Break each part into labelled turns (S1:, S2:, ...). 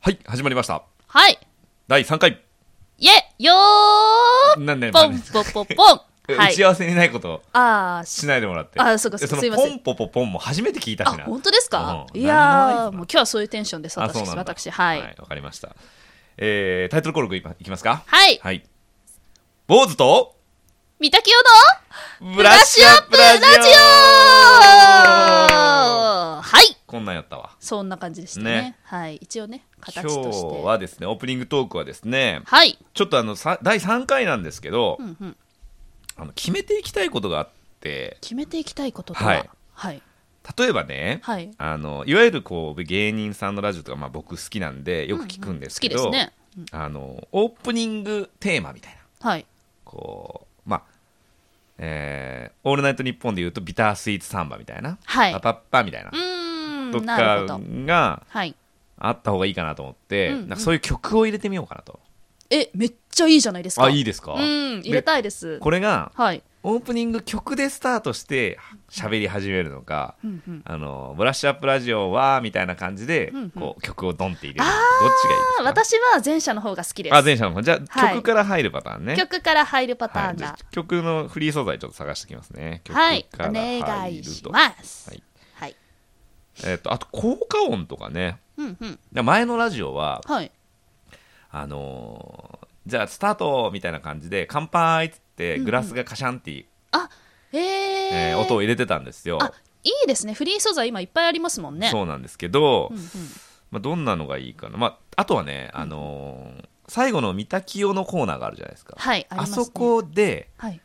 S1: はい、始まりました。
S2: はい。
S1: 第3回。
S2: イェよ
S1: なんで、
S2: ーポ
S1: ま
S2: ン
S1: あ
S2: ポポポ
S1: え
S2: ン。は
S1: 打
S2: い
S1: ち。合わせにないこと
S2: あーし
S1: しないでもらって。
S2: あそうか
S1: で
S2: そうか
S1: の
S2: すいません
S1: ポンポポポンも初めて聞いた
S2: あ
S1: しな。
S2: 本当ですか
S1: うん何もな
S2: い
S1: い
S2: や
S1: っ
S2: ー
S1: す
S2: もう今日はそういうテンションです、
S1: あそう
S2: 私、
S1: なんだ
S2: 私、はい。
S1: わ、かりました。えー、タイトルコールいきまいきますか。
S2: はい
S1: はい。坊主と、
S2: 三滝雄の
S1: ブ
S2: ブラッシュアップラジオはい。
S1: こんなんやったわ。
S2: そんな感じでした
S1: ね
S2: ね。はい。一応ね、
S1: 今
S2: 形
S1: 日
S2: として。
S1: はですね、オープニングトークはですね、
S2: はい。
S1: ちょっとあの、さ第3回なんですけど、
S2: うんうん。
S1: あの決めていきたいことがあって、
S2: 決めていきたいことと
S1: は。
S2: はいはい。
S1: 例えばね、
S2: はい
S1: あのいわゆるこう芸人さんのラジオとか、まあ、僕好きなんでよく聞くんで
S2: 好
S1: すけ
S2: きで
S1: ど、
S2: すね。
S1: あのオープニングテーマみたいな
S2: はい。
S1: こうまあえーオールナイトニッポン」でいうと「ビタースイーツサンバ」みたいな「
S2: はい
S1: パパッパ」みたいな
S2: う、ー
S1: と
S2: ん。なるほ
S1: か
S2: ど。
S1: が
S2: はい。
S1: あった方がいいかなと思って、
S2: うんうん
S1: なんかそういう曲を入れてみようかなと、
S2: え、めっちゃいいじゃないですか。
S1: あいい
S2: で
S1: ですか、
S2: うん。入れたいです。
S1: これが
S2: はい。
S1: オープニング曲でスタートして喋り始めるのか、
S2: うんうん。
S1: あのブラッシュアップラジオはみたいな感じで、
S2: うんうん
S1: こう曲をドンって入れるのどっちがいいですか
S2: 私は前者の方が好きです。
S1: あ前者の方じゃあ、
S2: はい
S1: 曲から入るパターンね
S2: 曲から入るパタ
S1: は
S2: ー
S1: い
S2: ン
S1: じゃ
S2: だ
S1: あ。曲のフリー素材ちょっと探してきますね曲
S2: はい、
S1: から入ると
S2: お願いします。
S1: は
S2: はいい、
S1: えっとあと効果音とかね
S2: うんうん、
S1: で前のラジオは
S2: はい、
S1: あのーじゃあスタートみたいな感じで乾杯っつってグラスがカシャンって、
S2: えー、
S1: えー音を入れてたんですよ、
S2: あいいですね。フリー素材今いっぱいありますもんね。
S1: そうなんですけど、
S2: うんうん、
S1: まあ、どんなのがいいかな、まあ、あとはね、あのー最後の三滝用のコーナーがあるじゃないですか、
S2: はい、あ
S1: あ
S2: ります、ね。
S1: そ、こで
S2: はい、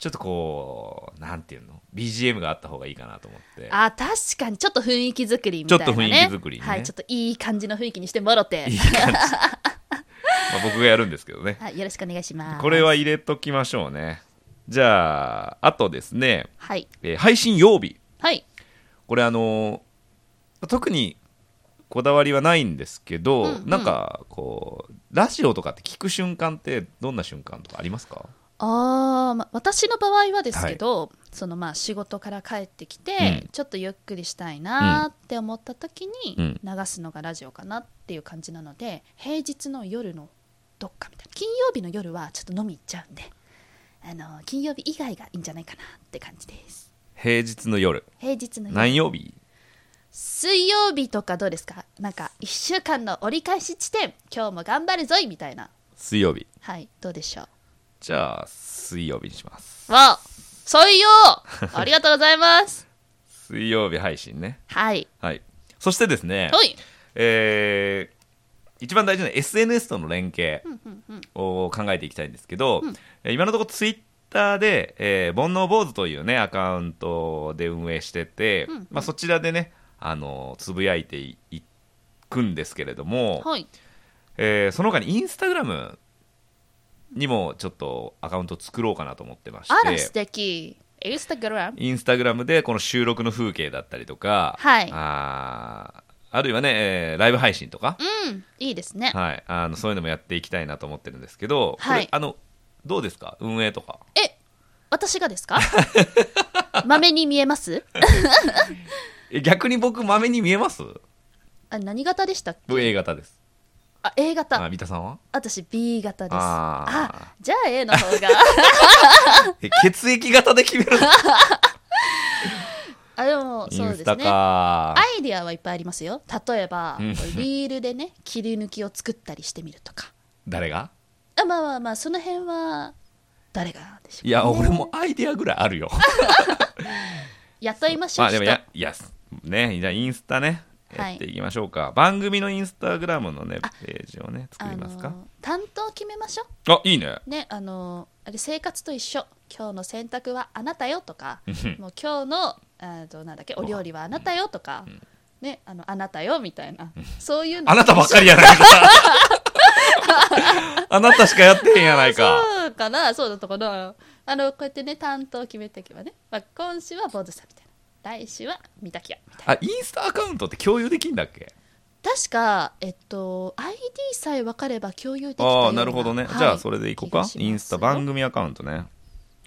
S1: ちょっとこうなんていうの BGM があった方がいいかなと思って
S2: あ確かにちょっと雰囲気作りみたいな、
S1: ちょ
S2: ね、
S1: っと雰囲気作りね
S2: はい、ちょっといい感じの雰囲気にしてもろて
S1: いい、感じまあ僕がやるんですけどね
S2: はい、よろしくお願いします。
S1: これは入れときましょうねじゃああとですね、
S2: はい、
S1: えー配信曜日
S2: はい、
S1: これあのー特にこだわりはないんですけど、
S2: うんうん
S1: なんかこうラジオとかって聞く瞬間ってどんな瞬間とかありますか
S2: あーまあ私の場合はですけど、そのまあ仕事から帰ってきて、
S1: うん
S2: ちょっとゆっくりしたいなーって思った時
S1: う
S2: に
S1: ん
S2: 流すのがラジオかなっていう感じなので平日の夜のどっかみたいな金曜日の夜はちょっと飲み行っちゃうんであの金曜日以外がいいんじゃないかなって感じです
S1: 平日の夜
S2: 平日の夜
S1: 何曜日
S2: 水曜日とかどうですかなんか1週間の折り返し地点今日も頑張るぞいみたいな
S1: 水曜日
S2: はいどうでしょう
S1: じゃあ水曜日にします
S2: わあ水 曜ありがとうございます
S1: 水曜日配信ね
S2: はい
S1: はいそしてですね
S2: はい
S1: えー一番大事な SNS との連携を考えていきたいんですけど、えー今のところツイッターで、えー、煩悩坊主というねアカウントで運営してて、まあ、そちらでね、あのーつぶやいていいくんですけれども、
S2: はい。
S1: えーその他にインスタグラムにもちょっとアカウント作ろうかなと思ってまし
S2: あら、素
S1: て
S2: 敵。インスタグラム。
S1: インスタグラムでこの収録の風景だったりとか、
S2: はい
S1: あーあるいはね、えーライブ配信とか、
S2: うん、いいですね。
S1: はい、あのそういうのもやっていきたいなと思ってるんですけど、
S2: は
S1: こ
S2: い
S1: れあのどうですか運営とか
S2: え、私が ですか豆に見えます
S1: え逆に僕まめに見えます
S2: あ何型でしたっけ
S1: 僕 A 型です
S2: あ、A
S1: あ
S2: 型。
S1: 三田さんは
S2: 私 B 型です。
S1: あー
S2: あ、じゃあ A の方が。
S1: え血液型で決 める
S2: あ、でも、
S1: イ
S2: そう
S1: ン
S2: で
S1: ス
S2: す
S1: タ
S2: ね。ア
S1: か
S2: イディアはいっぱいありますよ。例えば、
S1: うん
S2: リールでね、切り抜きを作ったりしてみるとか。
S1: 誰が
S2: あまあまあまあ、その辺は、誰がでしょうか、
S1: いや俺。もアイデアぐらいあるよ
S2: 雇いましょう。
S1: まあでも
S2: 人
S1: やいやねじゃあインスタね
S2: はい
S1: やっていきましょうか、番組のインスタグラムのね
S2: あ
S1: ページをね作
S2: あ
S1: りますか
S2: の、担当決めましょう。
S1: あいいね
S2: ねあのあれ生活と一緒今日の洗濯はあなたよとか
S1: ん
S2: もう今日のあとなんだっけお料理はあなたよとか、ね、あのあなたよみたいなそういうの
S1: あなたばっかりやない かあなたしかやってへんやないか
S2: そうかなそうだったかなあのこうやってね担当決めていけばね、まあ、今週は坊主さんみたいな来週は三滝屋みた
S1: あ
S2: い
S1: インスタアカウントって共有できんだっけ
S2: な確かえっと ID さえ分かれば共有できたよう
S1: あ
S2: な
S1: あなるほどね、
S2: はい
S1: じゃあそれでいこうか
S2: 気がしますよ
S1: インスタ番組アカウントね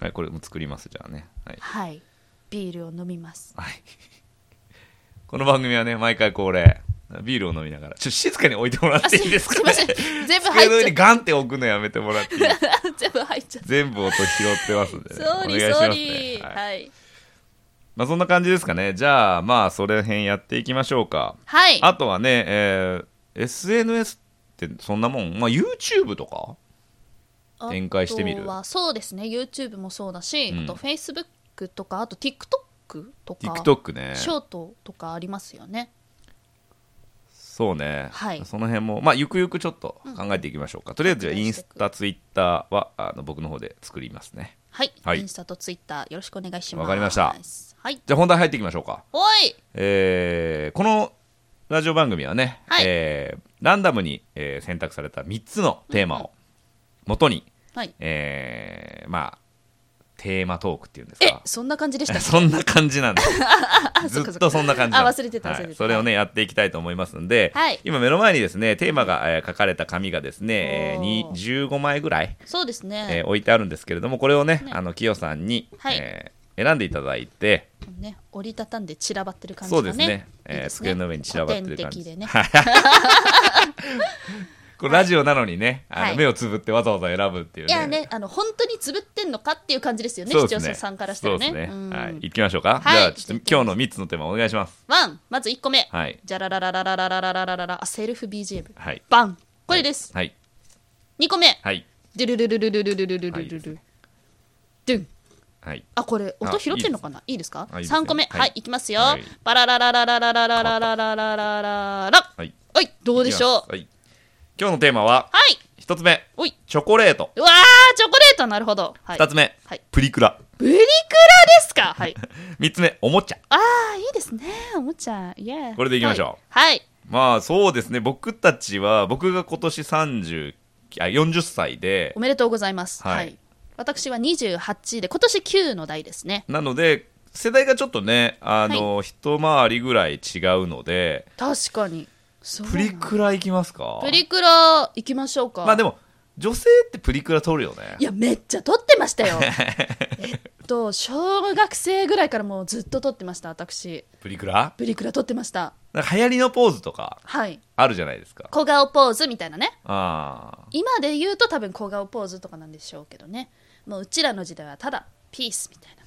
S1: はいこれも作りますじゃあねはい、
S2: はいビールを飲みます
S1: はい、この番組はね毎回恒例ビールを飲みながらちょっと静かに置いてもらっていいですか、ね、
S2: あすいません全部入っちゃった
S1: 机の上にガンって置くのやめてもらっていい
S2: 全部入っちゃっ
S1: 全部音拾ってますんで、
S2: た
S1: ね、
S2: ソ
S1: お
S2: ー
S1: 願
S2: リ
S1: いしますね
S2: ーソーリー
S1: はい
S2: はい
S1: まあそんな感じですかねじゃあまあそれ辺やっていきましょうか
S2: はい
S1: あとはね、えー SNS ってそんなもん、まあ、YouTube とか展開してみる
S2: あとはそうですね YouTube もそうだし、
S1: うん
S2: あと Facebook とかあと TikTok とか
S1: TikTok ね
S2: ショートとかありますよね
S1: そうね、
S2: はい
S1: その辺も、まあ、ゆくゆくちょっと考えていきましょうか、とりあえずじゃあ
S2: お
S1: イ
S2: 願い
S1: ン
S2: して
S1: ス
S2: く
S1: タツイッターはあの僕の方で作りますね
S2: はい、
S1: はい
S2: インスタとツイッターよろしくお願いしま
S1: わ
S2: す
S1: かりました
S2: はい
S1: じゃあ本題入っていきましょうか
S2: おい
S1: えーこのラジオ番組はね、
S2: はい
S1: えーランダムに、えー選択された3つのテーマを元に、
S2: はい
S1: えーまあテーマトークっていうんです
S2: え
S1: か
S2: そんな感じ でした
S1: そんな感じなんですず
S2: そ
S1: っ
S2: っかそっか
S1: とそんな感じなんです
S2: あ忘れてた
S1: はい
S2: 忘れてた
S1: それをねやっていきたいと思いますんで、
S2: はい
S1: 今目の前にですねテーマが、えー書かれた紙がですね、えー、に
S2: お
S1: 15枚ぐらい、
S2: そうですね
S1: えー置いてあるんですけれどもこれをね
S2: ね
S1: あのキヨさんに、
S2: はい
S1: えー選んでいただいて、
S2: ね折りたたんで散らばってる感じ
S1: そう
S2: がね
S1: ですね。えー
S2: いいですね
S1: 机の上に散らばってる感じ。
S2: 古典的でね
S1: はいこれラジオなのにね、あの
S2: はい
S1: 目をつぶってわざわざ選ぶっていう
S2: い
S1: ね。
S2: やねあの本当につぶってんのかっていう感じですよね
S1: そうで
S2: 視聴
S1: す
S2: 者さんからしたらね
S1: そうです
S2: うん
S1: はい、行きましょうか。
S2: はい
S1: じゃあちょっと今日の三つのテーマお願いします。
S2: ワンまず1個目、
S1: はい
S2: じゃららららららららららららあセルフ BGM
S1: はい
S2: バンこれです、
S1: はい
S2: 2個目
S1: はい
S2: ドゥルルルルルルルルルルルルドゥン
S1: はい。
S2: あこれ
S1: あ
S2: 音拾ってんのかないいですか
S1: あいいですよ
S2: 3個目
S1: はい
S2: はいいきますよ
S1: はい
S2: バラララララララララララララララ
S1: はい
S2: はいどうでしょ
S1: 行きます
S2: う
S1: はい。今日のテーマは
S2: はい
S1: 一つ目
S2: おい
S1: チョコレート、
S2: うわーチョコレートなるほどはい
S1: 二つ目
S2: はい
S1: プリクラ、
S2: プリクラですかはい
S1: 三つ目おもちゃ。
S2: ああいいですねおもちゃイエー
S1: これでいきましょ
S2: うはい
S1: まあそうですね。僕たちは僕が今年三十あ四十歳で
S2: お。めでとうございます
S1: はい
S2: はい私は28で今年9の代ですね
S1: なので世代がちょっとねあの、一回りぐらい違うので
S2: 確かにそう
S1: プリクラいきますか
S2: プリクラ行きましょうか
S1: まあでも女性ってプリクラ撮るよね
S2: いやめっちゃ撮ってました よえっと小学生ぐらいからもうずっと撮ってました私
S1: プリクラ
S2: プリクラ撮ってました
S1: なんか流行りのポーズとか
S2: はい
S1: あるじゃないですか
S2: 小顔ポーズみたいなね
S1: ああ
S2: 今で言うと多分小顔ポーズとかなんでしょうけどねもううちらの時代はただピースみたいな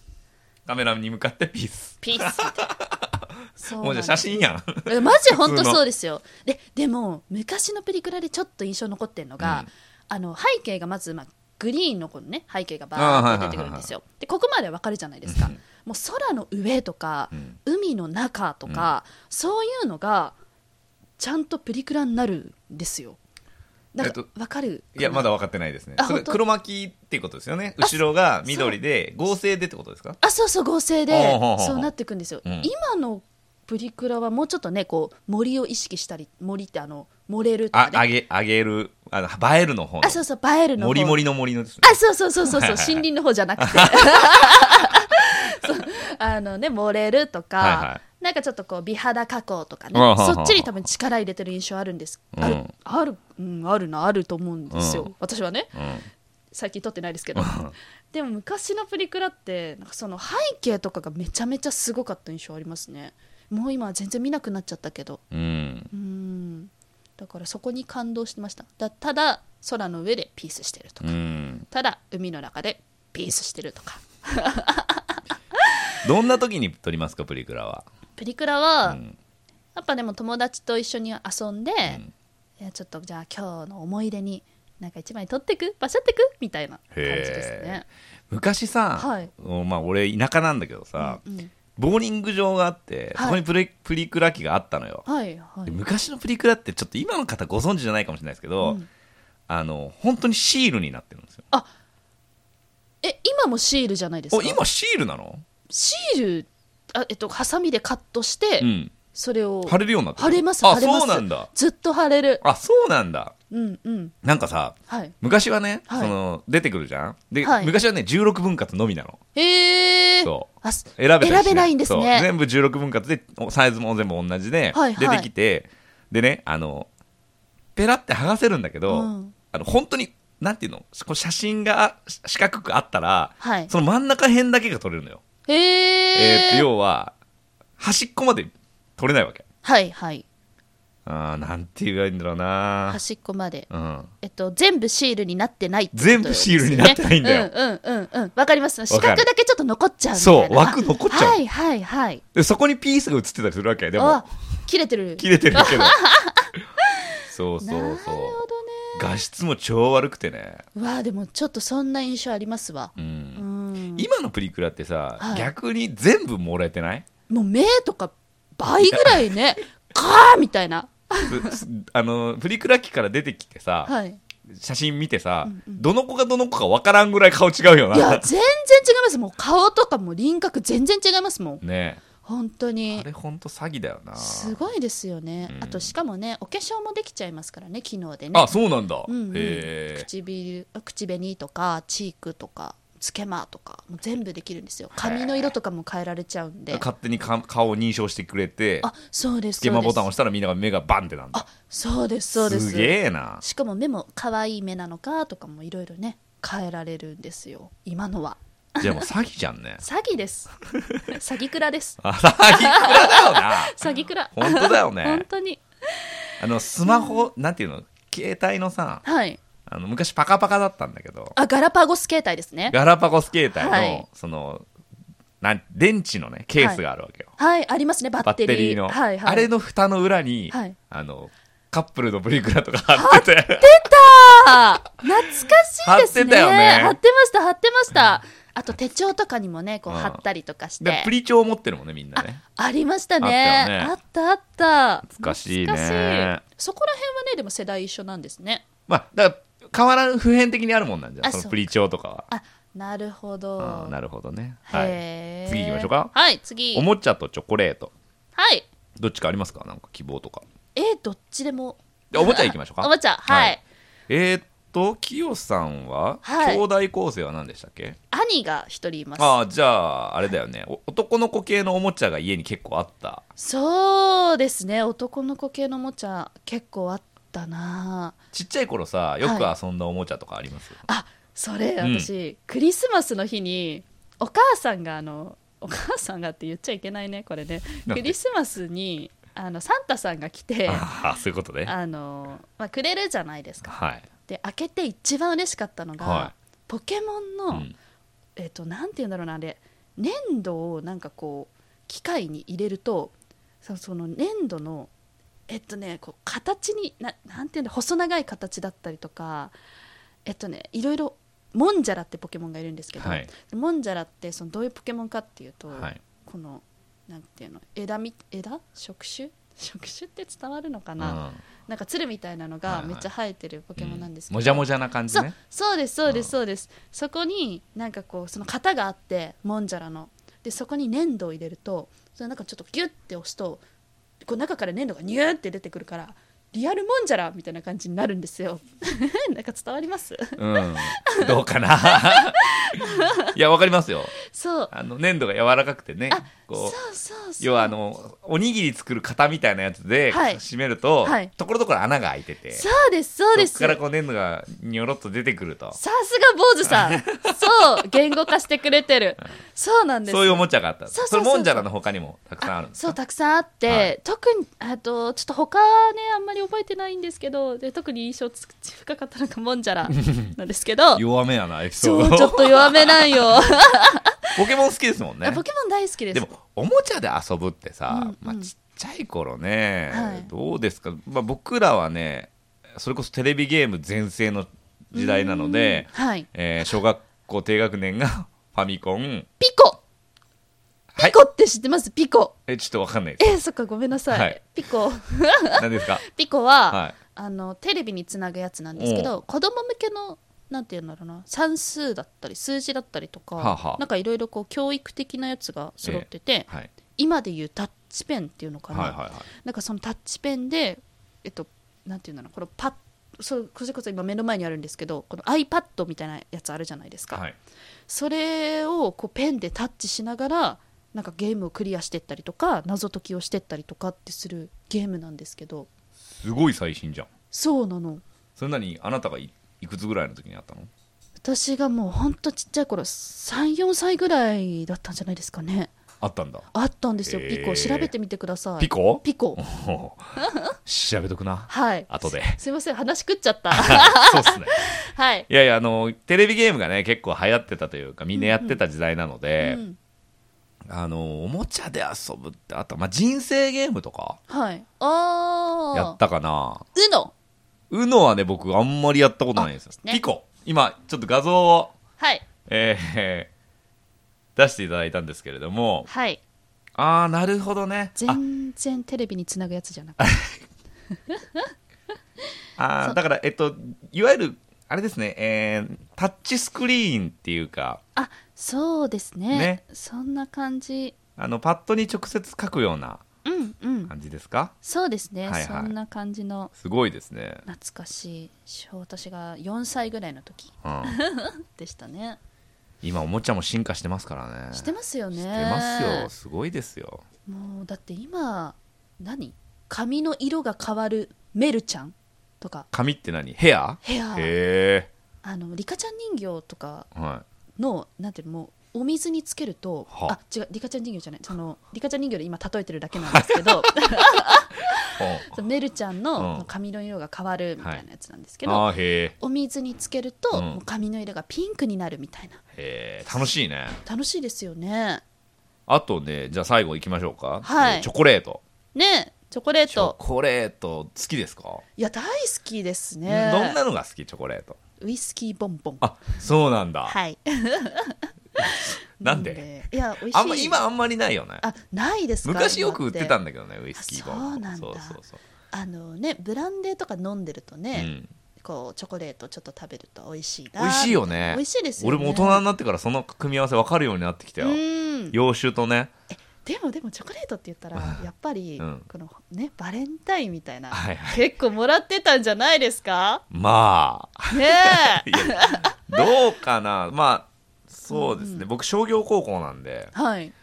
S1: カメラに向かってピース
S2: ピースみ たいなそうなん
S1: もうじゃあ写真やん
S2: え マジ本
S1: 普
S2: 当
S1: 通の
S2: そうですよででも昔のプリクラでちょっと印象残ってるのが、あの背景がまず、まあ、グリーンのこのね背景がバーッと出てくるんですよでここまではわかるじゃないですかもう空の上とか、
S1: ん
S2: 海の中とか、そういうのがちゃんとプリクラになるんですよなんか
S1: えっと
S2: わかる
S1: いやまだ分かってないですね
S2: あ
S1: それ
S2: 本当
S1: 黒巻きっていうことですよね後ろが緑で合成でってことですか
S2: あそうそう合成
S1: ほう
S2: で
S1: ほうほう
S2: そうなっていくんですよ、
S1: うん
S2: 今のプリクラはもうちょっとねこう森を意識したり森ってあの漏れるとか
S1: あ
S2: ね
S1: あげあげるあの映えるの方の
S2: あそうそう映えるの
S1: もり
S2: 方
S1: もりの森のですね
S2: あ、そうそうそうそうそう、
S1: はいはい
S2: 森林の方じゃ なくて。そうあのね、漏れるとか、
S1: はいは
S2: なんかちょっとこう美肌加工とかね
S1: あはあはあ
S2: そっちに多分力入れてる印象あるんです、あ
S1: う
S2: る
S1: ん
S2: ある、うん、あるなあると思うんですよ、
S1: う
S2: 私はね
S1: うん
S2: 最近撮ってないですけどでも昔のプリクラってなんかその背景とかがめちゃめちゃすごかった印象ありますねもう今は全然見なくなっちゃったけど
S1: うん
S2: うんだからそこに感動してましただただ空の上でピースしてるとか
S1: うん
S2: ただ海の中でピースしてるとか
S1: どんな時に撮りますかプリクラは、
S2: プリクラは、
S1: うん
S2: やっぱでも友達と一緒に遊んで、いやちょっとじゃあ今日の思い出になんか一枚撮ってくバシャってくみたいな感じですね
S1: 昔さ、
S2: はい
S1: おまあ、俺田舎なんだけどさ、
S2: うん
S1: ボーリング場があって、
S2: はい
S1: そこにプレプリクラ機があったのよ、
S2: はいは
S1: で
S2: い
S1: 昔のプリクラってちょっと今の方ご存知じゃないかもしれないですけど、
S2: うん
S1: あの本当にシールになってるんですよ
S2: え今もシールじゃないです
S1: お
S2: か
S1: 今シールなの、
S2: シールあえっとハサミでカットして、
S1: うん、
S2: それを
S1: 貼れるようになって
S2: 貼れます
S1: あ
S2: 貼れます
S1: そうなんだ
S2: ずっと貼れる
S1: あそうなんだ
S2: うんうん
S1: なんかさ
S2: はい
S1: 昔はね、
S2: は
S1: そ
S2: い
S1: の出てくるじゃんで、
S2: はい
S1: 昔はね16分割のみなの
S2: えー、
S1: そう
S2: あす
S1: 選べたりし
S2: 選べないんですね
S1: そう全部16分割でおサイズも全部同じで、
S2: はいはい
S1: 出てきてでねあのペラって剥がせるんだけど、
S2: うん
S1: あの本当になんていうのこう写真がし四角くあったら、
S2: はい
S1: その真ん中辺だけが撮れるのよ、
S2: えー、
S1: えーと要は端っこまで撮れないわけ
S2: はいはい
S1: あーなんて言えばいいんだろうな、
S2: 端っこまで、
S1: うん、
S2: えっと、全部シールになってないってこと
S1: 全部シールになってないんだよ
S2: うんうんうんうんわかります四
S1: わか
S2: 角
S1: る
S2: だけちょっと残っちゃうみたいな
S1: そう枠残っちゃう
S2: はいはいはい
S1: でそこにピースが映ってたりするわけでも
S2: あ切れてる
S1: 切れてるけ どそうそう
S2: なる
S1: そ
S2: ほどね
S1: う画質も超悪くてね、
S2: うわあでもちょっとそんな印象ありますわ
S1: う、
S2: うんん
S1: 今のプリクラってさ、
S2: はい
S1: 逆に全部漏れて ない
S2: もう目とか倍ぐらい ねかーみたいな
S1: すすあのプリクラ機から出てきてさ、
S2: はい
S1: 写真見てさ、
S2: うんうん
S1: どの子がどの子か分からんぐらい顔違うよ
S2: いや
S1: な
S2: 全然違いますもう顔とかも輪郭全然違いますもん
S1: ね
S2: 本当
S1: え
S2: に
S1: あれほんと詐欺だよな
S2: すごいですよね、
S1: うん
S2: あとしかもねお化粧もできちゃいますからね機能でね
S1: あそうなんだ、
S2: うんうん
S1: へえ
S2: 唇口紅とかチークとかつけまとかもう全部できるんですよ髪の色とかも変えられちゃうんで
S1: 勝手にか顔を認証してくれて
S2: あそうです
S1: スケ
S2: そう
S1: マ
S2: で
S1: ボ
S2: す
S1: タンを押したらみんなが目がバンってなんだ
S2: あそうですそうです
S1: げえな
S2: しかも目も可愛い目なのかとかもいろいろね変えられるんですよ今のは
S1: じゃあもう詐欺じゃんね
S2: 詐欺です詐欺クラです
S1: あ詐欺くらだよな
S2: 詐欺クラ
S1: 本当だよね
S2: 本当に
S1: あのスマホ、なんていうの携帯のさ
S2: はい
S1: あの昔パカパカだったんだけど
S2: あガラパゴス携帯ですね
S1: ガラパゴス携帯の、
S2: はい
S1: そのなん電池のねケースがあるわけよ、
S2: はいありますねバッ
S1: バッ
S2: テリー
S1: テリーの、
S2: はいはい、
S1: あれの蓋の裏に、
S2: はい
S1: あのカップルのプリクラとか貼ってて
S2: あー懐かしいで
S1: 貼って
S2: すね
S1: たよね
S2: 貼ってました貼ってましたあと手帳とかにもねこう
S1: うん
S2: 貼ったりとかして、
S1: でプリ帳持ってるもんねみんなね
S2: ありましたね
S1: あったよね
S2: あったあった懐
S1: かしいね
S2: かしいそこら辺はねでも世代一緒なんですね
S1: まあだから変わらん普遍的にあるもんなんじゃん
S2: あ
S1: そ
S2: そ
S1: の
S2: う
S1: プリ帳とか
S2: あなるほ
S1: は、
S2: ど
S1: うん、なるほどね、はい、
S2: へー
S1: 次行きましょうか
S2: はい次
S1: おもちゃとチョコレート
S2: はい
S1: どっちかありますかなんか希望とか
S2: えどっちでも
S1: でおもちゃ行きましょうか
S2: おもちゃは
S1: は
S2: い、
S1: いえー、っときよさんは、
S2: はい
S1: 兄弟構成は何でしたっけ
S2: 兄が一人います
S1: ああじゃああれだよねお男の子系のおもちゃが家に結構あった
S2: そうですね男の子系のおもちゃ結構あったな
S1: ちっちゃい頃さよ
S2: は
S1: く遊んだおもちゃとかあります、
S2: あそれ
S1: うん
S2: 私、クリスマスの日にお母さんがあのお母さんがって言っちゃいけないねこれね
S1: なん
S2: ク
S1: で
S2: リスマスにあのサンタさんが来て
S1: ああそういうことね
S2: あの、まあ、くれるじゃないですか
S1: はい、
S2: で開けて一番嬉しかったのが、
S1: は
S2: ポケモンの、
S1: うん、
S2: えっ、となんて言うんだろうなあれ粘土をなんかこう機械に入れるとそその粘土のえっとねこう形にななんて言うんだ細長い形だったりとかえっとねいろいろモンジャラってポケモンがいるんですけど、
S1: はい
S2: モンジャラってそのどういうポケモンかっていうと、
S1: はい
S2: このなんていうの枝み枝触手触手って伝わるのかな、
S1: うん
S2: なんか鶴みたいなの
S1: はい
S2: が
S1: はい
S2: めっちゃ生えてるポケモンなんですけど、
S1: もじゃもじゃな感じ
S2: そう
S1: ね
S2: そうですそうで
S1: う
S2: す
S1: ん
S2: そうです、そこになんかこうその型があってもんじゃらのでそこに粘土を入れるとそのなんかちょっとギュッて押すとこう中から粘土がニューって出てくるからリアルもんじゃらみたいな感じになるんですよ なんか伝わります
S1: うんどうか ないやわかりますよ
S2: そう
S1: あの粘土が柔らかくてね
S2: あそ
S1: こう
S2: うそうそう
S1: 要はあのおにぎり作る型みたいなやつで
S2: はい
S1: 締めると、
S2: はい
S1: ところどころ穴が開いてて
S2: そうですそうです
S1: そこからこう粘土がにょろっと出てくると
S2: さすが坊主さんそう言語化してくれてるそうなんです
S1: そういうおもちゃがあった
S2: そう
S1: そ
S2: そうそうそう
S1: れもんじゃらの他にもたくさんあるんです
S2: そう
S1: か
S2: たくさんあって、
S1: はい
S2: 特にあとちょっと他ねあんまり覚えてないんですけどで特に印象つ深かったのがもんじ ゃらなんですけど
S1: 弱めやなエピソ
S2: そう
S1: ー
S2: ちょ
S1: ド
S2: っと弱めないよ、
S1: ポケモン好きですもんね
S2: ポケモン大好きです
S1: でもおもちゃで遊ぶってさ、
S2: うんうん
S1: まあ、ちっちゃい頃ね、
S2: はい
S1: どうですか、まあ、僕らはねそれこそテレビゲーム全盛の時代なので
S2: う、んはい
S1: えー小学校低学年がファミコン
S2: ピコ
S1: は
S2: ピ
S1: い
S2: コって知ってます、ピコ
S1: えちょっとわかんないです
S2: えー、そっかごめんなさい、
S1: はい
S2: ピコ
S1: 何ですか
S2: ピコは、
S1: はい
S2: あのテレビにつなぐやつなんですけど子供向けのなんていうんだろうな算数だったり数字だったりとか、
S1: はあはあ
S2: なんかいろいろこう教育的なやつが揃ってて、
S1: はい
S2: 今でいうタッチペンっていうのか
S1: はい
S2: な、
S1: はいはい
S2: なんかそのタッチペンで、えっと、なんていうんだろう、このパッ、そう、こそこそ今目の前にあるんですけど、この iPad みたいなやつあるじゃないですか。
S1: はい
S2: それをこうペンでタッチしながら、なんかゲームをクリアしてったりとか、謎解きをしてったりとかってするゲームなんですけど、
S1: すごい最新じゃん
S2: そうなの。
S1: それなにあなたがいいくつぐらいの時にあったの
S2: 私がもうほんとちっちゃい頃、3、4歳ぐらいだったんじゃないですかね。
S1: あった んだ
S2: あったんですよ、
S1: えー
S2: ピコ調べてみてください
S1: ピコ
S2: ピコ
S1: ほう調べとくな
S2: はい
S1: 後です
S2: いません話食っちゃった
S1: そうっすね
S2: はい
S1: いやいやあのテレビゲームがね結構流行ってたというかみんなやってた時代なので、
S2: うん
S1: あのおもちゃで遊ぶってあと、まあ、人生ゲームとか
S2: はい
S1: やっ
S2: ああ
S1: たかな
S2: うの
S1: うのはね僕あんまりやったことないんですよ、
S2: あね
S1: ピコ今ちょっと画像を、
S2: はい
S1: えー 出していただいたんですけれども
S2: はい
S1: ああなるほどねあ
S2: 全然テレビにつなぐやつじゃなくて
S1: あーだからえっといわゆるあれですね、えータッチスクリーンっていうか
S2: あそうですね
S1: ね
S2: そんな感じ
S1: あのパッドに直接書くような
S2: うんうん
S1: 感じですか
S2: そうですね、
S1: はいはい
S2: そんな感じの
S1: すごいですね、
S2: 懐かしい小私が4歳ぐらいの時
S1: うん、
S2: でしたね
S1: 今おもちゃも進化してますからね
S2: してますよね
S1: してますよすごいですよ
S2: もうだって今何髪の色が変わるメルちゃんとか
S1: 髪って何ヘア
S2: ヘア
S1: へ
S2: あのリカちゃん人形とか
S1: え、は
S2: のなんていうのもうお水につけると
S1: は
S2: あ違うリカちゃん人形じゃないそのリカちゃん人形で今例えてるだけなんです け
S1: い、
S2: どそうメルちゃん
S1: うん
S2: の髪の色が変わるみたいなやつなんですけど、
S1: ああへ
S2: お水につけると、
S1: うん
S2: もう髪の色がピンクになるみたいな
S1: えへえ楽しいね
S2: 楽しいですよね
S1: あとねじゃあ最後いきましょうか
S2: はい
S1: えーチョコレート
S2: ねチョコレー
S1: チョ
S2: ト
S1: コレート好きですか、
S2: いや大好きです
S1: どん
S2: ね
S1: なのが好きチョコレート
S2: ウイスキーボンボン
S1: あそうなんだ、
S2: はい
S1: なんで
S2: いや美味しい
S1: あんま今あんまりないよね
S2: あないですか
S1: 昔よく売ってた
S2: だ
S1: んだけどねウイスキーボン
S2: あそうなんだ
S1: そうそうそう
S2: あのねブランデーとか飲んでると
S1: う
S2: ね、
S1: ん
S2: こうチョコレートちょっと食べると美味しいな
S1: 美味しいよね
S2: 美味しいですよね
S1: 俺も大人になってからその組み合わせ分かるようになってきたよ
S2: うん
S1: 洋酒とね
S2: でもでもチョコレートって言ったらやっぱり、
S1: うん
S2: このねバレンタインみたいな、
S1: はいは
S2: 結構もらってたんじゃないですか
S1: まあ
S2: ね え
S1: いやどうかな まあそうですね、
S2: うん
S1: 僕商業高校なんで
S2: はい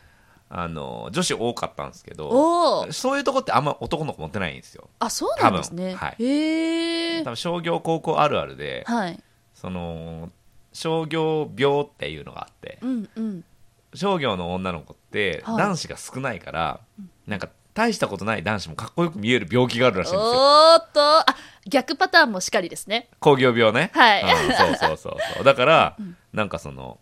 S1: あの女子多かったんですけど
S2: おお
S1: そういうとこってあんま男の子持ってないんですよ
S2: あそうなんですね
S1: 多分はい
S2: へえ
S1: 多分商業高校あるあるで
S2: はい
S1: その商業病っていうのがあって
S2: うんうん
S1: 商業の女の子って
S2: はい
S1: 男子が少ないから、なんか大したことない男子もかっこよく見える病気があるらしいんですよ
S2: おーっとあ逆パターンもしかりですね
S1: 工業病ね、
S2: はい
S1: うんそうそうそうそうだ から、なんかその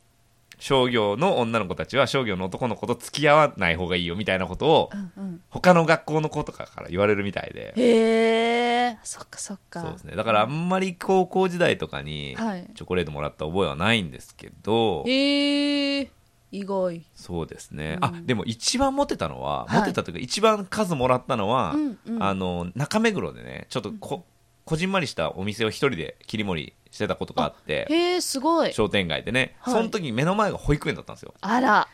S1: 商業の女の子たちは商業の男の子と付き合わない方がいいよみたいなことを
S2: うんうん
S1: 他の学校の子とかから言われるみたいで
S2: へえそっかそっか
S1: そうですねだからあんまり高校時代とかに
S2: はい
S1: チョコレートもらった覚えはないんですけど、
S2: へえ意外
S1: そうですね、
S2: うん
S1: あでも一番モテたのは、
S2: はい
S1: モテたというか一番数もらったのは、
S2: うんうん
S1: あの中目黒でねちょっとこ,、こじんまりしたお店を一人で切り盛りしてたことがあって
S2: へえすごい
S1: 商店街でね、
S2: はい
S1: その時に目の前が保育園だったんですよ
S2: あら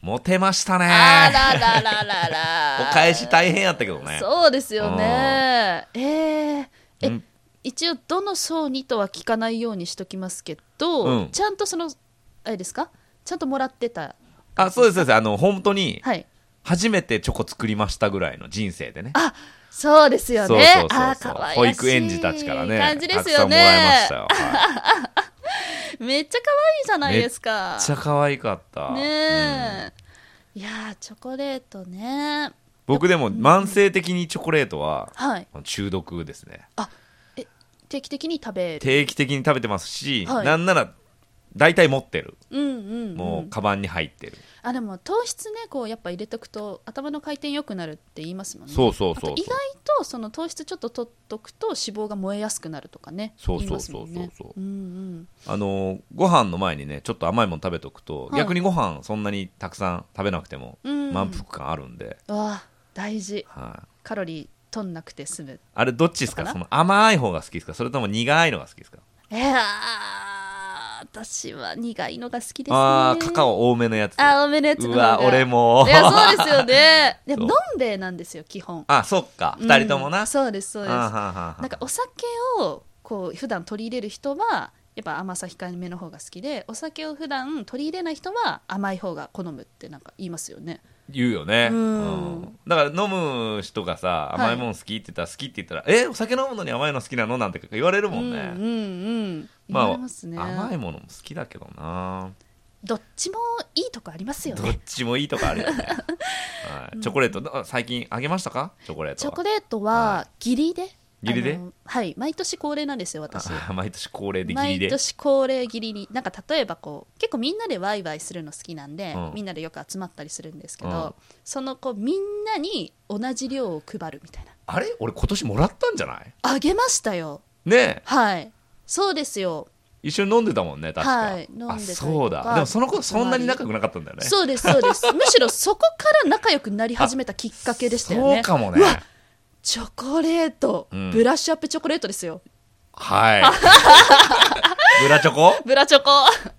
S1: モテました
S2: あ
S1: ね
S2: らららら ら
S1: お返し大変やったけどね
S2: そうですよねえーえ
S1: うん
S2: 一応どの層にとは聞かないようにしときますけど、
S1: うん
S2: ちゃんとそのあれですかちゃんともらってた
S1: あそうですそうですあの本当に
S2: はい
S1: 初めてチョコ作りましたぐらいの人生でね
S2: あそうですよ
S1: そう
S2: ね
S1: そうそうそう
S2: あー可愛らしい
S1: 保育園児たちからね
S2: 感じです
S1: たくさ
S2: よ
S1: んもらいま
S2: ね
S1: したよ、 はい
S2: めっちゃ可愛いじゃないですか
S1: めっちゃ可愛かったうん
S2: ねえ、いやーチョコレートね
S1: 僕でも慢性的にチョコレートは
S2: はい
S1: 中毒ですね
S2: 定期的に食べる
S1: 定期的に食べてますし、
S2: はい
S1: なんなら大体持ってる
S2: うんうん、うん、
S1: もうカバンに入ってる、
S2: あでも糖質ねこうやっぱ入れとくと頭の回転良くなるって言いますもんね
S1: そうそうそう
S2: あと
S1: そ
S2: 意
S1: う
S2: 外とその糖質ちょっと取っとくと脂肪が燃えやすくなるとかね
S1: そう
S2: 言い
S1: そう
S2: ます
S1: そ
S2: も
S1: うんそ
S2: ね
S1: うそう
S2: うんうん
S1: あのーご飯の前にねちょっと甘いもの食べとくと、
S2: はい
S1: 逆にご飯そんなにたくさん食べなくても
S2: うん
S1: 満腹感あるんで、
S2: うわ大事
S1: はい
S2: カロリー取んなくて済む
S1: あれどっちですか
S2: かな
S1: その甘い方が好きですかそれとも苦いのが好きですか
S2: いやー私は苦いのが好きですね
S1: ああカカオ多めのやつ
S2: あ多めのやつの
S1: う
S2: 方が
S1: わ俺も
S2: いやそうですよねでも
S1: そ
S2: 飲んでなんですよ基本
S1: あそっか
S2: うん
S1: 二人ともな、
S2: そうですそうです
S1: あーは
S2: な
S1: ーはーはー
S2: んかお酒をこう普段取り入れる人はやっぱ甘さ控えめの方が好きでお酒を普段取り入れない人は甘い方が好むってなんか言いますよね
S1: 言うよね、
S2: うん
S1: うんだから飲む人がさ
S2: は
S1: 甘
S2: い
S1: いもん好きって言ったら好きって言ったら、えお酒飲むのに甘いの好きなのなんて言われるもんね、
S2: うんうんうん、
S1: まあ
S2: 言われますね
S1: 甘いものも好きだけどな
S2: どっちもいいとこありますよ
S1: どっ
S2: ね
S1: ちもいいとこあるよ ね、はい、チョコレートど最近あげましたかチョコレート
S2: チョ
S1: は
S2: コレートは義理で
S1: 義理で
S2: あのはい毎年恒例なんですよ私
S1: あ 毎年恒例でギリ
S2: 毎
S1: で
S2: 年恒例義理になんか例えばこう結構みんなでワイワイするの好きなんで、
S1: うん
S2: みんなでよく集まったりするんですけど、
S1: うん
S2: そのこうみんなに同じ量を配るみたいな
S1: あれ俺今年もらったんじゃない
S2: あげましたよ
S1: ねえ
S2: はいそうですよ
S1: 一緒に飲んでたもんね確か、
S2: はい飲んでた
S1: あ
S2: りとか
S1: そうだでもその子そんなに仲良くなかったんだよね
S2: そうですそうで すむしろそこから仲良くなり始めたきっかけでしたよね
S1: そうかもね
S2: うわチョコレート、
S1: うん
S2: ブラッシュアップチョコレートですよ
S1: はい ブラチョコ
S2: ブラチョコ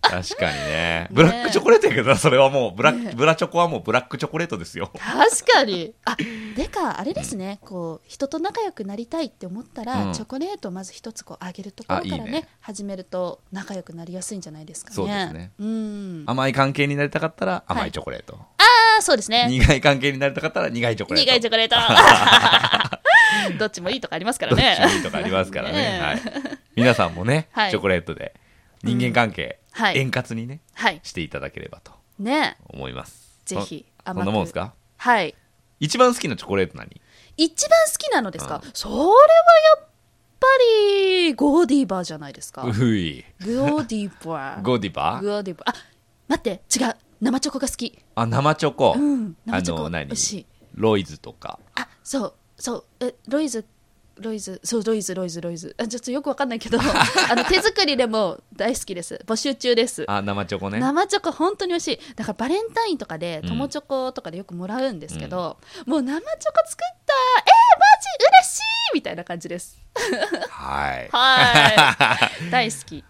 S1: 確かにねブラックチョコレートやけどなそれはもうブラ,、ブラチョコはもうブラックチョコレートですよ
S2: 確かに あでかあれですね、こう人と仲良くなりたいって思ったら、
S1: うん
S2: チョコレートをまず一つこうあげるところからね
S1: あいいね
S2: 始めると仲良くなりやすいんじゃないですかね
S1: そうですね
S2: うんあ
S1: 甘い関係になりたかったら甘
S2: はいい
S1: チョコレート、
S2: あそうですね
S1: 苦い関係になりたかったら苦いチョコレート
S2: 苦いチョコレート どっちもいいとかありますから
S1: どっ
S2: ね
S1: ちもいいとかありますからね
S2: ねえ
S1: はい、皆さんもね、
S2: はい
S1: チョコレートで人間関係、
S2: うんはい
S1: 円滑にね
S2: はい
S1: していただければと
S2: ね
S1: 思います
S2: ぜひ
S1: こん
S2: 甘く
S1: こんなもんですか
S2: はい
S1: 一番好きなチョコレート何
S2: 一番好きなのですか、それはやっぱりゴーディバーじゃないですか
S1: う
S2: ゴ
S1: い
S2: ーディ バー
S1: ゴディバ
S2: ゴーディバーあ待って違う生チョコが好き
S1: あ生チョコ、
S2: うん
S1: あ
S2: 生チョコ
S1: の何
S2: 美味しい
S1: ロイズとか
S2: あそうそうえロイズロイズそうロイズロイズロイズあちょっとよくわかんないけど あの手作りでも大好きです募集中です
S1: あ生チョコね
S2: 生チョコ本当に美味しいだからバレンタインとかで
S1: うん
S2: 友チョコとかでよくもらうんですけど、もう生チョコ作ったえー、マジ嬉しいみたいな感じです
S1: はい
S2: はい大好き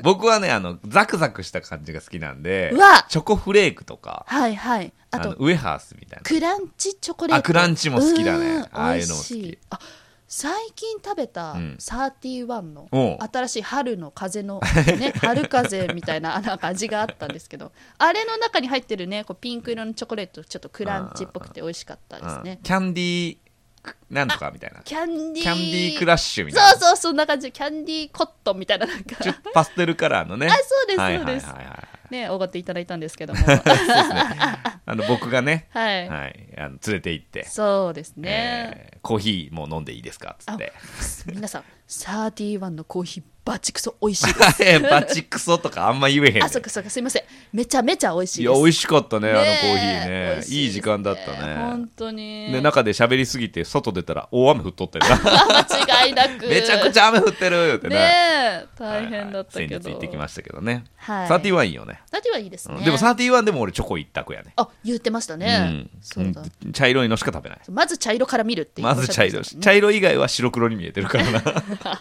S1: 僕はねあのザクザクした感じが好きなんで
S2: うわ
S1: チョコフレークとか
S2: はいはいあ
S1: あ
S2: と
S1: のウエハースみたいな
S2: クランチチョコレート
S1: あクランチも好きだね
S2: うん
S1: ああいうのも好き
S2: 美味しあ最近食べた
S1: うん
S2: 31の
S1: おう
S2: 新しい春の風の、 ね、春風みたいななんか味があったんですけどあれの中に入ってるねこうピンク色のチョコレートちょっとクランチっぽくて美味しかったです
S1: うん
S2: ね
S1: キャンディーなんとかみたいな
S2: キャンディー
S1: キャンディークラッシュみたいな
S2: そうそうそんな感じキャンディーコットンみたいななんか
S1: ちょっとパステルカラーのねあ
S2: そうです
S1: はい
S2: そ
S1: は
S2: う
S1: いはい
S2: で
S1: は
S2: す
S1: い
S2: ねおごっていただいたんですけども
S1: あの僕がね、
S2: はい、
S1: はい、あの連れて行って、
S2: そうですね、
S1: えーコーヒーも飲んでいいですかっつって
S2: 皆さん31のコーヒーバチクソ美 味しいです
S1: えー バチクソとかあんま言えへんねん
S2: あ、そっかそっか、すいません。めちゃめちゃ美味し
S1: い
S2: いで
S1: や
S2: す。
S1: 美味しかったねあのコ
S2: ね
S1: ーヒ
S2: え美
S1: ーね
S2: 味し
S1: いい
S2: です
S1: 時間だったね
S2: 本当に。
S1: で中で喋りすぎて外出たら大雨降っとったよな
S2: 間違いなく。
S1: めちゃくちゃ雨降ってるって
S2: ね。
S1: ね
S2: え、大変だったけど。
S1: はいはい先日行ってきましたけどね、
S2: はい
S1: 31いいよね
S2: ラジオはいいです
S1: うん
S2: ね。
S1: でも31でも俺チョコ一択やね
S2: あ、言ってましたね。
S1: うん
S2: そうだ。
S1: うん茶色いのしか食べない
S2: まず茶色から見るっていう。
S1: まず茶色い
S2: す
S1: 茶色以外は白黒に見えてるから な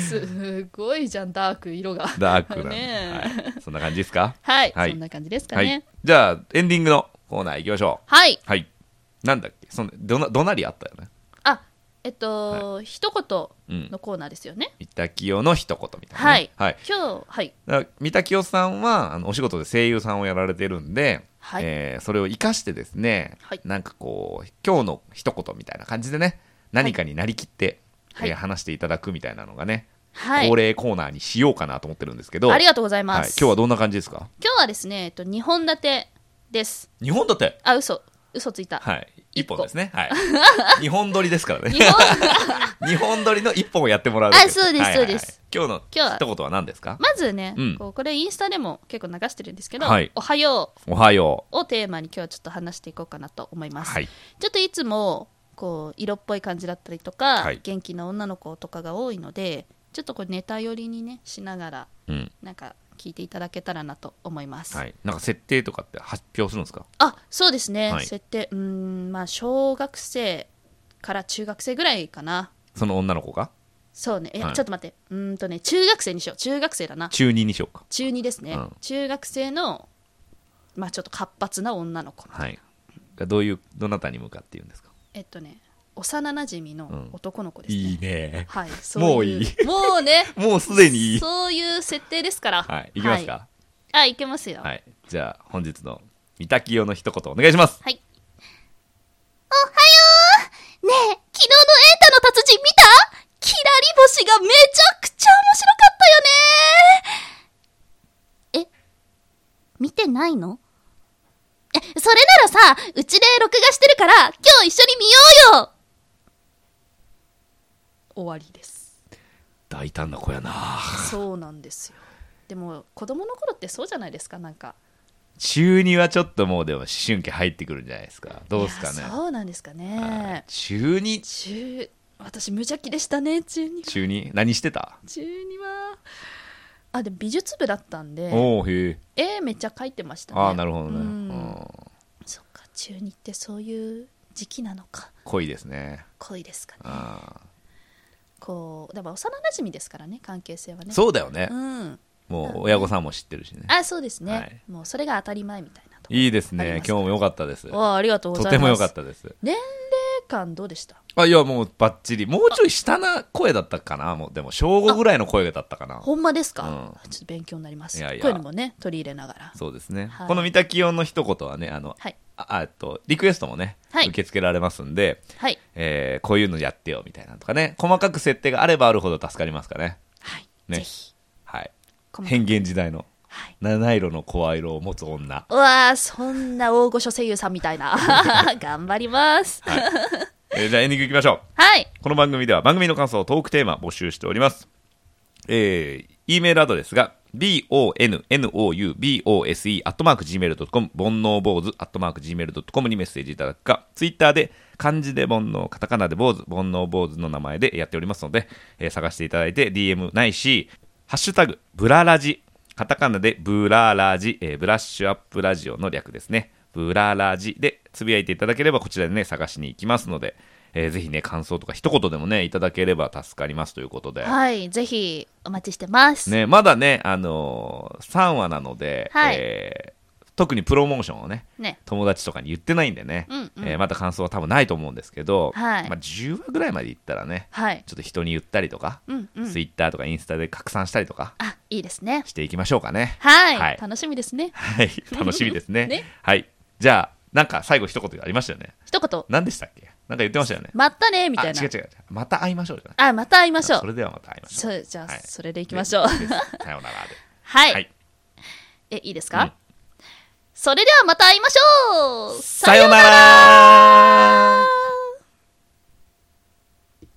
S2: すごいじゃん、ダーク色が。
S1: ダークなんで、
S2: ねえ
S1: はい、そんな感じですか
S2: はい、
S1: はい
S2: そんな感じですか
S1: はい
S2: ね。
S1: じゃあエンディングのコーナー行きましょう
S2: はい。
S1: はいなんだっけそのどなどなりあったよね
S2: あ、えっと、一言のコーナーですよね。
S1: 三田清の一言みたいなね、
S2: はい
S1: はい、
S2: 今日、はい。
S1: だから三田清さんはあのお仕事で声優さんをやられてるんで、
S2: はい
S1: えーそれを生かしてですね、
S2: はい
S1: なんかこう今日の一言みたいな感じでね何かになりきって、
S2: はい
S1: えー話していただくみたいなのがね、
S2: はい
S1: 恒。例コーナーにしようかなと思ってるんですけど
S2: ありがとうございま
S1: はい、
S2: す。
S1: 今日はどんな感じですか
S2: 今日はですね、えっと、2本立てです。
S1: 日本だって
S2: あ、嘘。嘘ついた。
S1: はい一
S2: 一個
S1: 本ですねはい 日本撮りですからね
S2: 日本
S1: 日本撮りの一本をやってもらうだけ
S2: あそうです
S1: はいはいはい
S2: そうです
S1: 今日の
S2: 今日は
S1: 一言は何ですか
S2: まずね、
S1: うん
S2: こうこれインスタでも結構流してるんですけど「
S1: はい
S2: おはよう
S1: おはよ」
S2: をテーマに今日はちょっと話していこうかなと思いうます、
S1: はい
S2: ちょっといつもこう色っぽい感じだったりとか、
S1: はい
S2: 元気な女の子とかが多いのでちょっとこれネタ寄りにねしながら
S1: うん
S2: なんか聞いていただけたらなと思います、
S1: はい、なんか設定とかって発表するんですか
S2: あそうですね、
S1: はい
S2: 設定うーんまあ小学生から中学生ぐらいかな
S1: その女の子が
S2: そうねえ、
S1: はい
S2: ちょっと待ってうーんとね中学生にしよう中学生だな
S1: 中二にしようか
S2: 中二ですね、
S1: うん
S2: 中学生の、まあ、ちょっと活発な女の子、
S1: はい。どういう、どなたに向かって言うんですか。
S2: えっとね幼なじみの男の子ですね、
S1: いいね。
S2: はいそういう
S1: もうい
S2: もうね
S1: もうすで にいい。
S2: そういう設定ですから
S1: はい、いきますか。
S2: はい、あいけますよ
S1: はい、じゃあ、本日の三滝用の一言お願いします。
S2: はい、
S3: ねえ、昨日のエンタの達人見たキラリ星がめちゃくちゃ面白かったよねえ、うちで録画してるから、今日一緒に見ようよ
S2: 終わりです
S1: 大胆な子やな
S2: そうなんですよでも子供の頃ってそうじゃないですかなんか
S1: 中2はちょっともうでも思春期入ってくるんじゃないですかどうですか
S2: い
S1: ね
S2: やそうなんですか
S1: はい
S2: ね
S1: 中 2?
S2: 中私無邪気でしたね中二
S1: 中 2? 何してた、
S2: 中二はあでも美術部だったんで
S1: おおへえ
S2: 絵めっちゃ描いてましたね
S1: ああなるほどね、う
S2: うん
S1: ん、
S2: そっか中二ってそういう時期なのか
S1: 濃いですね
S2: 恋ですかね
S1: あ
S2: こうだから幼馴染ですからね関係性はね
S1: そうだよね、
S2: うん
S1: もう親御さんも知ってるしね
S2: あそうですね、
S1: はい
S2: もうそれが当たり前みたいなとこ
S1: いいです
S2: あり
S1: ね
S2: ます
S1: 今日も良かったですと
S2: わあありがとうございます
S1: ても良かったです
S2: 年齢感どうでした
S1: あいやもうバッチリもうちょい下な声だったかなもうでも小5ぐらいの声だったかな
S2: ほんまですか、
S1: う
S2: ちょっと勉強になります
S1: いやいや
S2: こういうのもね取り入れながら
S1: そうですね、
S2: はい
S1: この三滝音の一言はねあの、
S2: はい
S1: ああえっとリクエストもね、
S2: はい
S1: 受け付けられますんで、
S2: はい
S1: えーこういうのやってよみたいなのとかね細かく設定があればあるほど助かりますからね
S2: はい、
S1: ね
S2: ぜひ
S1: はい
S2: コメント
S1: 変幻時代の
S2: はい
S1: 七色の声色を持つ女
S2: うわあそんな大御所声優さんみた いな頑張ります
S1: えーじゃあエンディングいきましょ
S2: はい、
S1: うこの番組では番組の感想トークテーマ募集しておりますえー、E メールアドレスが bonnoubose.gmail.com 煩悩坊主 .gmail.com にメッセージいただくかツイッターで漢字で煩悩カタカナで坊主煩悩坊主の名前でやっておりますので、えー探していただいて DM ないし「ハッシュタグブララジ」カタカナでブララジ、えーブラッシュアップラジオの略ですねブララジでつぶやいていただければこちらでね探しに行きますので、えーぜひね感想とか一言でもねいただければ助かりますということで
S2: はい、ぜひお待ちしてます、
S1: ね、まだね、あのー3話なので、
S2: はい
S1: えー特にプロモーションをね
S2: ね
S1: 友達とかに言ってないんでね、
S2: うんうん
S1: えーまだ感想は多分ないと思うんですけど、
S2: はい
S1: まあ、10話ぐらいまでいったらね
S2: はい
S1: ちょっと人に言ったりとか、
S2: うんうん
S1: ツイッターとかインスタで拡散したりとか
S2: あいいですね
S1: していきましょうかね
S2: はい、
S1: はい
S2: 楽しみですね
S1: はい楽しみですね
S2: ね
S1: はいじゃあなんか最後一言ありましたよね
S2: 一言
S1: 何でしたっけなんか言ってましたよね
S2: またねみたいな
S1: あ違う違う違うまた会いましょうじゃない
S2: あまた会いましょう
S1: あそれではまた会いましょう
S2: そうじゃあ、
S1: はい
S2: それでいきましょ う
S1: ですさようならで
S3: はい。
S1: はい
S2: えいいですか、
S1: うん
S3: それではまた会いましょう
S1: さよなら